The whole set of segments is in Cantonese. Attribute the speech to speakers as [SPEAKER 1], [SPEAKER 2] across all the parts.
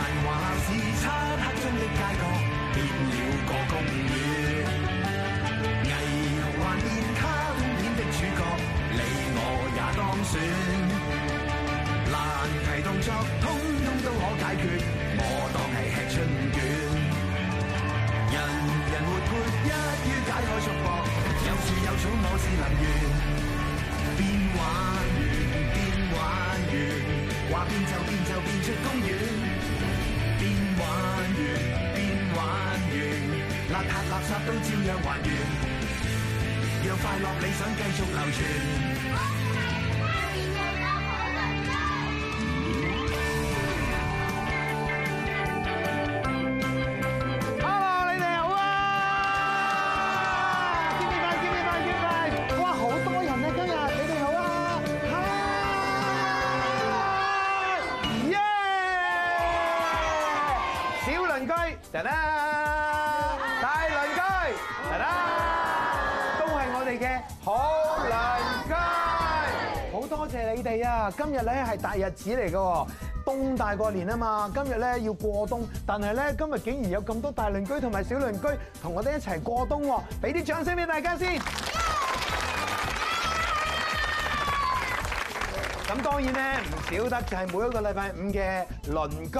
[SPEAKER 1] 時漆黑中的街角變了個公園，霓虹幻變卡通片的主角，你我也當選。難題動作通通都可解決，我當係吃春卷。人人活潑，一於解開束縛，有樹有草我是能源。變玩完，變玩完，話變就變就變出公園。變玩完，變玩完，邋遢垃圾都照樣還原，讓快樂理想繼續流傳。
[SPEAKER 2] Hello，你哋好啊！見面快，見面快，見面快！哇，好多人啊！今日你哋好啊！係，耶！小鄰居，得啦！大鄰居，得啦！都係我哋嘅好鄰居。好多謝你哋啊！今日咧係大日子嚟嘅喎，冬大過年啊嘛，今日咧要過冬，但係咧今日竟然有咁多大鄰居同埋小鄰居同我哋一齊過冬喎，俾啲掌聲俾大家先。咁當然咧唔少得就係每一個禮拜五嘅鄰居。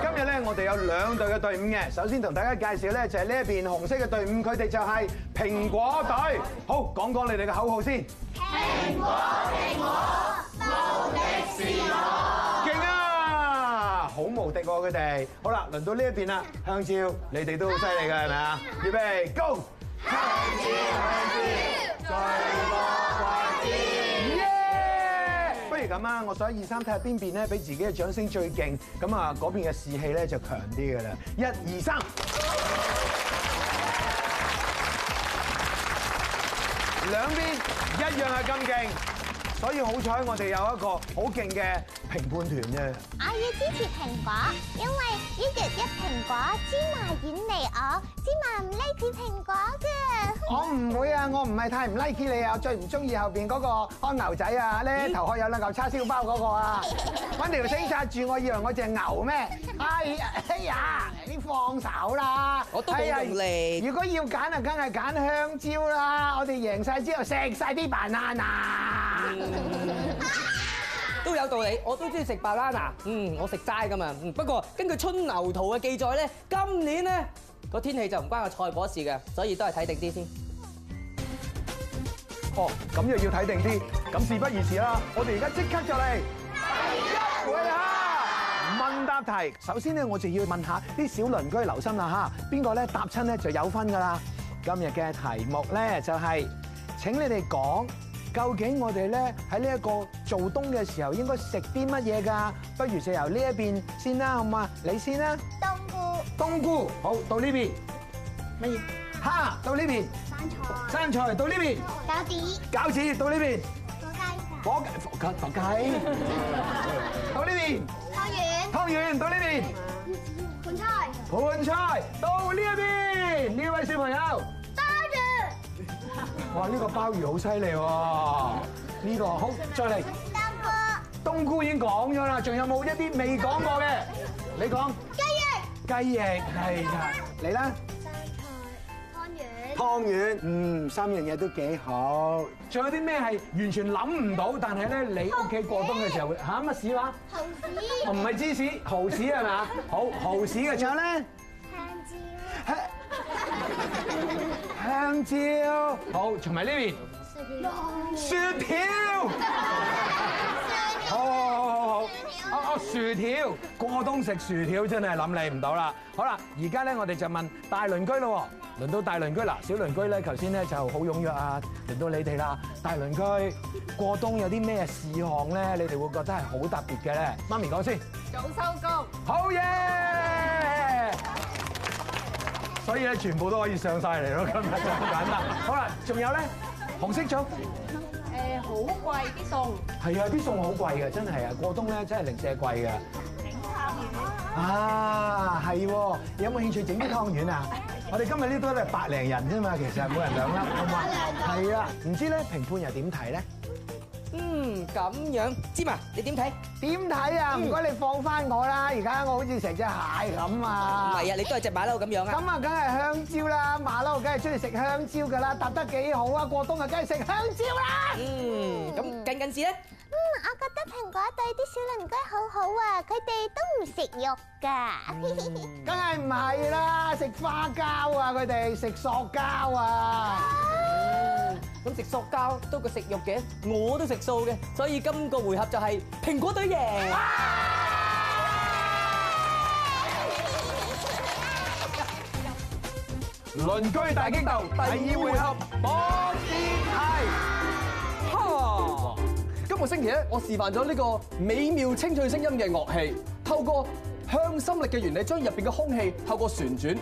[SPEAKER 2] 今日咧，我哋有兩隊嘅隊伍嘅。首先同大家介紹咧，就係呢一邊紅色嘅隊伍，佢哋就係蘋果隊。好，講講你哋嘅口號先。蘋果，蘋果，無敵是我。勁啊！好無敵喎，佢哋。好啦，輪到呢一邊啦，香蕉，你哋都好犀利㗎，係咪啊？預備，Go！耶！不如咁啊，我數一二三，睇下邊邊咧俾自己嘅掌聲最勁，咁啊嗰邊嘅士氣咧就強啲噶啦。一二三，兩邊一樣係咁勁，所以好彩我哋有一個好勁嘅評判團啫。
[SPEAKER 3] 我要支持蘋果，因為一日一蘋果，芝麻遠離我，芝麻唔 like 蘋果嘅。
[SPEAKER 2] 我唔會啊，我唔係太唔 like 你啊，我最唔中意後邊嗰個安牛仔啊，咧頭殼有兩嚿叉燒包嗰個啊，揾條繩紮住我，以為我隻牛咩？哎呀，哎呀，你放手啦！
[SPEAKER 4] 我都冇用力
[SPEAKER 2] 哎呀如果要揀啊，梗係揀香蕉啦！我哋贏晒之後食晒啲 banana 啊！
[SPEAKER 4] 都有道理，我都中意食 banana，嗯，我食齋噶嘛。嗯不過根據春牛圖嘅記載咧，今年咧個天氣就唔關個菜果事嘅，所以都係睇定啲先。
[SPEAKER 2] 哦，咁又要睇定啲，咁事不宜遲啦，我哋而家即刻就嚟第一回合啊問答題。首先咧，我就要問下啲小鄰居留心啦嚇，邊個咧答親咧就有分噶啦。今日嘅題目咧就係、請你哋講。究竟我哋咧喺呢一個做冬嘅時候應該食啲乜嘢㗎？不如就由呢一邊先啦，好嘛？你先啦，
[SPEAKER 3] 冬菇、
[SPEAKER 2] 冬菇好到呢邊，乜嘢？蝦到呢邊，
[SPEAKER 3] 生菜、
[SPEAKER 2] 生菜到呢邊，
[SPEAKER 3] 餃子、
[SPEAKER 2] 餃子到呢邊。
[SPEAKER 3] 火雞、
[SPEAKER 2] 火雞，火雞，火雞。到呢邊，
[SPEAKER 3] 湯圓、
[SPEAKER 2] 湯圓到呢邊，
[SPEAKER 3] 盤菜、
[SPEAKER 2] 盤菜到呢一邊。呢位小朋友，
[SPEAKER 3] 鮑魚、
[SPEAKER 2] 哇！呢個鮑魚好犀利喎。呢個好，再嚟。
[SPEAKER 3] 冬菇、
[SPEAKER 2] 冬菇已經講咗啦，仲有冇一啲未講過嘅？你講
[SPEAKER 3] 雞翼、
[SPEAKER 2] 雞翼係啦，嚟啦。
[SPEAKER 3] 生菜、湯圓、
[SPEAKER 2] 湯圓，嗯，三樣嘢都幾好。仲有啲咩係完全諗唔到，但係咧你屋企過冬嘅時候會嚇乜屎話？
[SPEAKER 3] 蠔豉、
[SPEAKER 2] 唔係芝士，蠔豉係咪啊？好，蠔豉嘅仲有咧。
[SPEAKER 3] 香蕉、
[SPEAKER 2] 香蕉，好，同埋呢邊雪條，好好好好好，哦哦，薯條，過冬食薯條真係諗你唔到啦。好啦，而家咧我哋就問大鄰居咯喎，輪到大鄰居啦，小鄰居咧頭先咧就好踴躍啊，輪到你哋啦，大鄰居過冬有啲咩事項咧，你哋會覺得係好特別嘅咧？媽咪講先。
[SPEAKER 5] 早收工，
[SPEAKER 2] 好嘢！所以咧，全部都可以上晒嚟咯，今日就咁簡單。好啦，仲有咧，紅色組
[SPEAKER 5] 誒好貴啲餸，
[SPEAKER 2] 係啊，啲餸好貴嘅，真係啊，過冬咧真係零舍貴嘅。啊，係喎，有冇興趣整啲湯圓 啊？我哋今日呢度都係 百
[SPEAKER 6] 啊
[SPEAKER 2] 啊零人啫嘛，其實每人兩粒，好嘛？係啊，唔知咧評判又點睇咧？
[SPEAKER 4] 嗯，嗯，咁樣，芝麻你點睇？
[SPEAKER 6] 點睇
[SPEAKER 2] 嗯
[SPEAKER 6] 啊？唔該你放翻我啦！而家我好似成隻蟹咁
[SPEAKER 4] 唔
[SPEAKER 6] 啊！
[SPEAKER 4] 係啊，你都係只馬騮咁樣啊。
[SPEAKER 6] 咁啊，梗係香蕉啦，馬騮梗係中意食香蕉噶啦，搭得幾好啊！過冬啊，梗係食香蕉啦。
[SPEAKER 4] 嗯，咁近近視咧？
[SPEAKER 3] 嗯，我覺得蘋果對啲小鄰居好好啊，佢哋都唔食肉 㗎。
[SPEAKER 6] 梗係唔係啦？食花膠啊，佢哋食塑膠啊！
[SPEAKER 4] 咁食塑膠多過食肉嘅，我都食素嘅，所以今個回合就係蘋果隊贏。
[SPEAKER 6] 鄰居大激鬥第二回合，波斯
[SPEAKER 7] 哈！今個星期咧，我示範咗呢個美妙清脆聲音嘅樂器，透過向心力嘅原理，將入邊嘅空氣透過旋轉。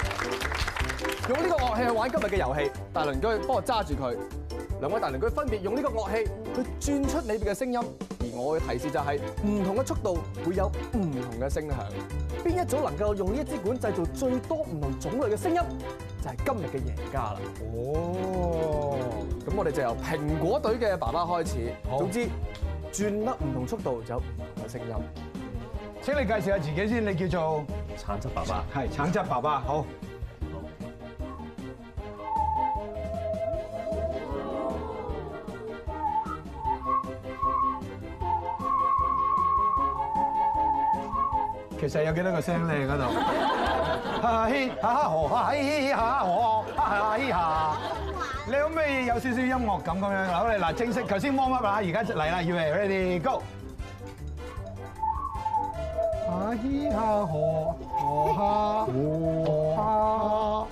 [SPEAKER 7] 用呢個樂器去玩今日嘅遊戲，大鄰居幫我揸住佢。兩位大鄰居分別用呢個樂器去轉出你哋嘅聲音，而我嘅提示就係唔同嘅速度會有唔同嘅聲響。邊一組能夠用呢一支管製造最多唔同種類嘅聲音，就係今日嘅贏家啦。哦，咁我哋就由蘋果隊嘅爸爸開始。總之，轉得唔同速度就有唔同嘅聲音。
[SPEAKER 6] 請你介紹下自己先，你叫做
[SPEAKER 8] 橙汁爸爸，
[SPEAKER 6] 係橙汁爸爸，好。
[SPEAKER 2] 其實有幾多個聲咧嗰度？哈哈嘻哈哈河，哈哈嘻嘻哈哈河，哈哈嘻哈。你可唔可以有少少音樂感咁樣？嗱，好嚟嗱，正式頭先 warm up 啦，而家嚟啦，預備 ready go。哈嘻哈河，河哈河哈，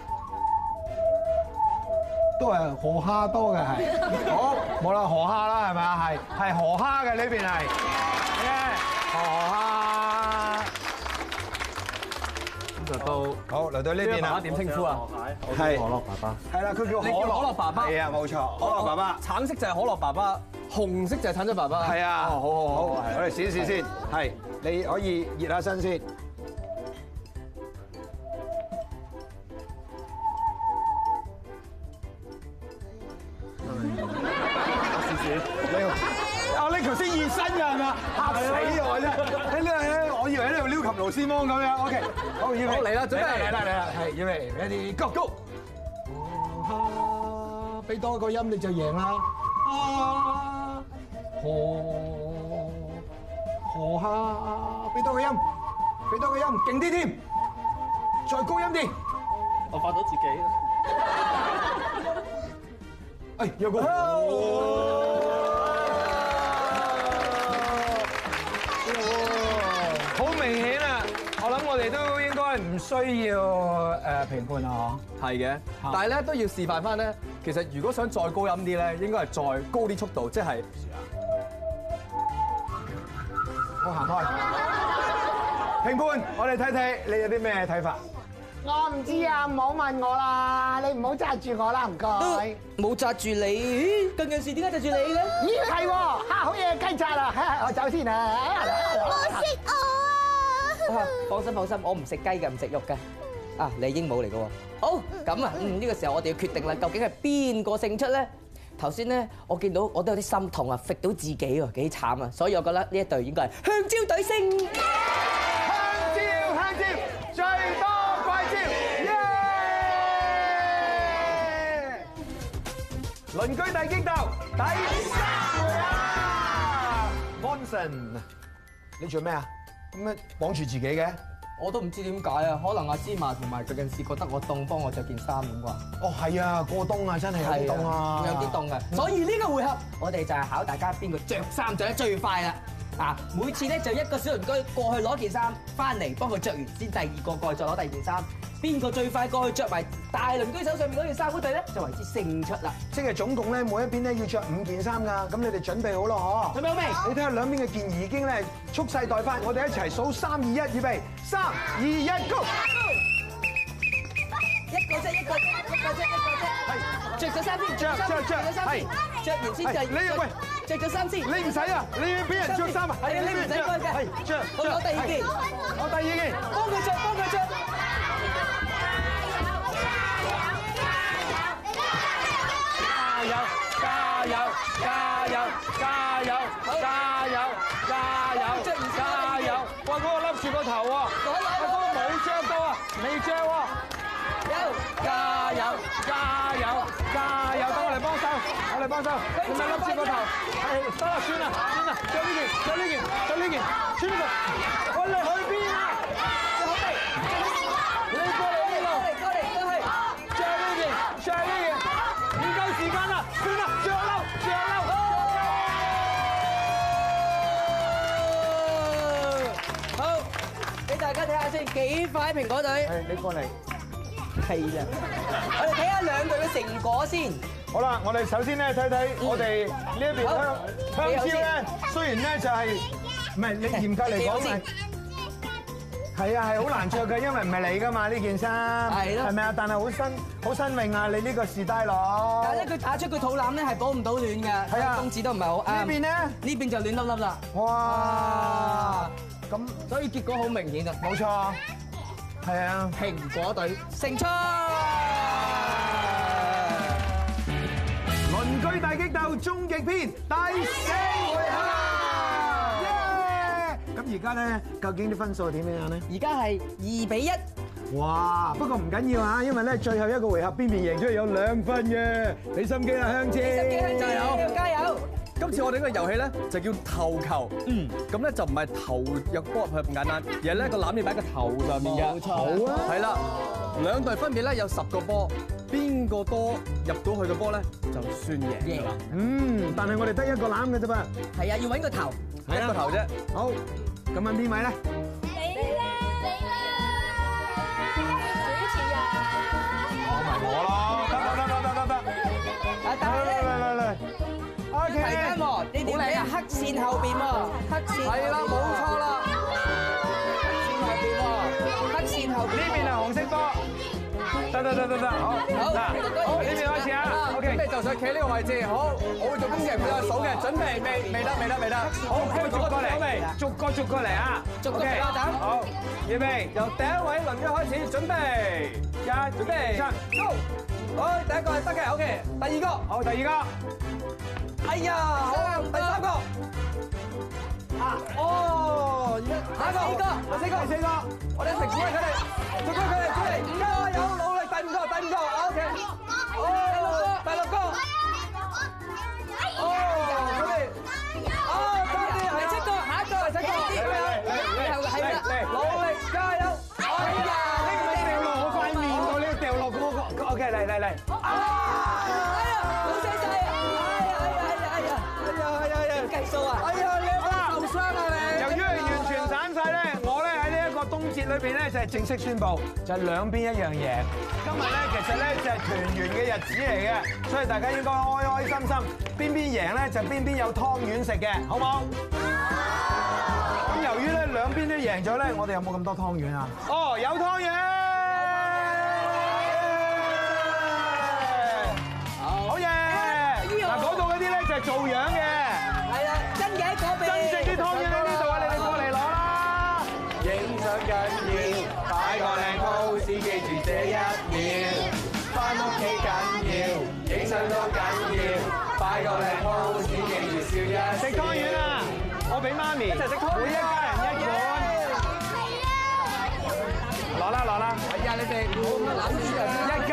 [SPEAKER 2] 都係河哈多嘅係。好，冇啦，河哈啦係咪啊？係係河哈嘅呢邊係。Yeah，河哈。
[SPEAKER 7] 就到
[SPEAKER 2] 好，嚟到呢邊
[SPEAKER 7] 爸爸
[SPEAKER 2] 啦，
[SPEAKER 7] 點稱呼啊？
[SPEAKER 2] 係
[SPEAKER 8] 可樂爸爸，
[SPEAKER 2] 係啦，佢叫可
[SPEAKER 7] 你叫可樂
[SPEAKER 2] 樂
[SPEAKER 7] 爸爸
[SPEAKER 2] 係啊，冇錯，可樂爸爸，
[SPEAKER 7] 哦橙色就係可樂爸爸，紅色就係橙汁爸爸。
[SPEAKER 2] 係啊，
[SPEAKER 7] 哦好好好。
[SPEAKER 2] 好，係我哋試一試先，係，你可以熱下身 先，啊，你頭先熱身㗎係咪啊？嚇死我真係，呢呢我以為喺度撩琴螺絲芒咁樣，OK，好，預備，
[SPEAKER 7] 好嚟啦準備
[SPEAKER 2] 嚟啦嚟啦，係預備，ready go go。
[SPEAKER 6] 啊！俾多個音你就贏啦！啊，河河下，俾多個音，俾多個音，勁啲添，再高音啲。
[SPEAKER 8] 我發到自己啦。
[SPEAKER 2] 哎，有個。好明顯啊！我諗我哋都應該唔需要誒評判啦，
[SPEAKER 7] 係嘅，但係咧都要示範翻咧。其實如果想再高音啲咧，應該係再高啲速度，即係
[SPEAKER 2] 我行開。評判，我哋睇睇你有啲咩睇法？
[SPEAKER 6] 我唔知啊，唔好問我啦，你唔好揸住我啦，唔該。咦，
[SPEAKER 4] 都冇扎住你，咦近近視點解扎住你嘅？
[SPEAKER 6] 係喎，嚇好嘢雞扎啦，我走先啦。
[SPEAKER 3] 冇食我啊！
[SPEAKER 4] 放心放心，我唔食雞嘅，唔食肉嘅。啊，你係鸚鵡嚟嘅喎。好，咁啊，嗯，呢個時候我哋要決定啦，究竟係邊個勝出咧？頭先咧，我見到我都有啲心痛啊，揈到自己喎，幾慘啊！所以我覺得呢一隊應該係香蕉隊勝。
[SPEAKER 2] 香蕉，香蕉，最多怪招，耶！鄰居大激鬥第三回啊！Monson，你做咩啊？咁樣綁住自己嘅？
[SPEAKER 4] 我都唔知點解啊，可能阿芝麻同埋佢近視覺得我凍，幫我着件衫咁啩。
[SPEAKER 2] 哦，係啊，過冬啊，真係有啲
[SPEAKER 4] à.
[SPEAKER 2] 凍啊，
[SPEAKER 4] 有啲。凍嘅。所以呢個回合，我哋就係考大家邊個着衫着得最快啦。啊，每次咧就一個小鄰居過去攞件衫，翻嚟幫佢着完先，第二個過去再攞第二件衫。邊個最快過去着埋大鄰居手上面嗰件衫嗰隊咧，就為之勝出啦。
[SPEAKER 6] 即係總共咧，每一邊咧要着五件衫㗎，咁你哋準備好咯，
[SPEAKER 4] 準備好未？
[SPEAKER 6] 嗬？你睇下兩邊嘅件已經咧蓄勢待發，我哋一齊數三二一，預備，三二一，Go！
[SPEAKER 4] 一個啫，一個，一個啫，一個啫。着咗衫先，
[SPEAKER 2] 着
[SPEAKER 4] 咗衫先
[SPEAKER 2] 着
[SPEAKER 4] 咗衫先
[SPEAKER 2] 係
[SPEAKER 4] 着完先
[SPEAKER 2] 係
[SPEAKER 4] 就
[SPEAKER 2] 你喂，
[SPEAKER 4] 着咗衫先。
[SPEAKER 2] 你唔使
[SPEAKER 4] à?
[SPEAKER 2] 啊，你要俾人着衫啊，
[SPEAKER 4] 係啊，你唔使
[SPEAKER 2] 着
[SPEAKER 4] 開嘅，
[SPEAKER 2] 係着
[SPEAKER 4] 我攞第二件，
[SPEAKER 2] 我第二件。
[SPEAKER 4] 幫佢着，幫佢着。
[SPEAKER 3] 加油！加油！
[SPEAKER 9] 頭喎，
[SPEAKER 7] 哦
[SPEAKER 9] 阿哥冇張到啊，未張喎，加油加油加油！等我嚟幫手，我嚟幫手，你咪笠住個頭，係得啦，算啦算啦，着呢件着呢件着呢件，穿呢個，喂你去邊啊？你過嚟呢度。着呢件，着呢件，唔夠時間啦，算啦，着褸，着
[SPEAKER 4] 好，俾大家睇下先，幾塊蘋果隊？係啦，我哋睇下兩隊嘅成果先。
[SPEAKER 2] 你過嚟。好啦，我哋首先咧睇睇我哋呢一邊香
[SPEAKER 4] 好
[SPEAKER 2] 香蕉咧，雖然咧就係
[SPEAKER 3] Dạ,
[SPEAKER 2] 唔係你嚴格嚟講
[SPEAKER 4] 你好
[SPEAKER 2] 係
[SPEAKER 4] 先
[SPEAKER 2] 係啊係好難着嘅，因為唔係你噶嘛呢件衫，
[SPEAKER 4] 係咯
[SPEAKER 2] 係咪啊？但係好新好新穎啊！你呢個士大佬，
[SPEAKER 4] 但係咧，佢打出佢肚腩咧係保唔到暖嘅，
[SPEAKER 2] 係啊。
[SPEAKER 4] 中指都唔係好啱。
[SPEAKER 2] 呢邊咧，
[SPEAKER 4] 呢邊就暖粒粒啦。
[SPEAKER 2] 哇，咁
[SPEAKER 4] 所以結果好明顯啊，
[SPEAKER 2] 冇錯，係啊。
[SPEAKER 4] 蘋果隊勝出。
[SPEAKER 2] 鄰居大激鬥終極篇第四回合耶！咁而家咧，究竟啲分數點樣咧？
[SPEAKER 4] 而家係2比1
[SPEAKER 2] 哇！不過唔緊要啊，因為咧最後一個回合邊邊贏咗有兩分嘅，俾心機啦，香姐。
[SPEAKER 4] 加油，加油。
[SPEAKER 7] 今次我哋呢個遊戲咧就叫投球，嗯，咁咧就唔係投入波入去咁簡單，而係咧個籃要擺喺個頭上面嘅，
[SPEAKER 4] 冇錯好啊
[SPEAKER 7] 係啦，兩隊分別咧有十個波，邊個多入到去嘅波咧就算贏㗎
[SPEAKER 2] Dạ.
[SPEAKER 7] 啦，
[SPEAKER 2] 嗯，但係我哋得一個攬嘅啫噃。
[SPEAKER 4] 係啊，要搵個頭。
[SPEAKER 7] 一個頭啫。
[SPEAKER 2] 好，咁問邊位咧？我咯，得得得得得得，
[SPEAKER 4] 啊，但係咧，
[SPEAKER 2] 嚟嚟嚟，O
[SPEAKER 4] 提翻
[SPEAKER 2] K。
[SPEAKER 4] 喎，你哋喺黑線後邊喎，黑線係啦，冇錯啦，黑線後邊喎，黑線後邊
[SPEAKER 2] 呢邊係紅色波，得得得得得，好，
[SPEAKER 4] 好
[SPEAKER 2] 嗱，呢邊開始啊
[SPEAKER 7] 咁
[SPEAKER 2] ，OK。
[SPEAKER 7] 你就想企呢個位置，好，我會做工作人員去數嘅，準備未？未得，未得，未得。
[SPEAKER 2] 好，我哋逐個
[SPEAKER 7] 準備
[SPEAKER 2] 嚟，逐個逐個嚟啊！
[SPEAKER 4] 逐個
[SPEAKER 2] OK，
[SPEAKER 4] 逐個等
[SPEAKER 2] 好，預備，
[SPEAKER 7] 由第一位鄰居開始，準備，
[SPEAKER 2] 一、
[SPEAKER 7] 準備
[SPEAKER 2] 三，
[SPEAKER 7] ，Go！好，第一個係得嘅，OK。第二
[SPEAKER 2] 好，第二
[SPEAKER 7] 個，哎呀，好，第三個，啊，哦，而家下一個，第四個，
[SPEAKER 2] 個，第四個，
[SPEAKER 7] 我哋一齊鼓勵佢哋，祝佢哋，佢哋加油努力，第五個，第五個，OK。哦，第六個，哦，佢哋。
[SPEAKER 3] Dạ,
[SPEAKER 4] Ờ,
[SPEAKER 7] 啊！多啲係七個，下一個係七個，
[SPEAKER 2] 嚟嚟嚟嚟
[SPEAKER 7] 係啦，努力加油！哎呀，
[SPEAKER 2] 掉落
[SPEAKER 7] 呢個你掉落
[SPEAKER 2] 我
[SPEAKER 7] 我
[SPEAKER 2] 塊面度，你掉落嗰個，OK，嚟嚟嚟，
[SPEAKER 4] 啊！哎呀，好細細啊！哎呀哎呀哎呀
[SPEAKER 7] 塊，哎呀呀呀！
[SPEAKER 4] 計數啊！
[SPEAKER 7] 哎呀，你啊受傷啊你！
[SPEAKER 2] 由於係完全散晒咧，我咧喺呢一個冬節裏邊咧就係正式宣布，就係兩邊一樣贏。今日咧其實咧就係團圓嘅日子嚟嘅，所以大家應該開開心心，邊邊贏咧就邊邊有湯圓食嘅，好冇？咁由於咧兩邊都贏咗咧，我哋有冇咁多湯圓啊？哦，有湯圓，好嘢！嗱，嗰度嗰啲咧就係做樣嘅。
[SPEAKER 4] 係啦，真嘅嗰邊，
[SPEAKER 2] 真正啲湯圓喺呢度啊！你哋過嚟攞啦！影相緊要，擺個靚 pose，記住這一秒。翻屋企緊要，影相都緊要，擺個靚 pose，記住笑一笑。食湯圓啊！我俾媽咪，一齊食湯圓，每一家
[SPEAKER 4] Dạ,
[SPEAKER 2] 人一碗。攞啦攞啦！
[SPEAKER 4] Dạ.
[SPEAKER 7] 哎呀，你哋唔好咁樣攬住人
[SPEAKER 2] 一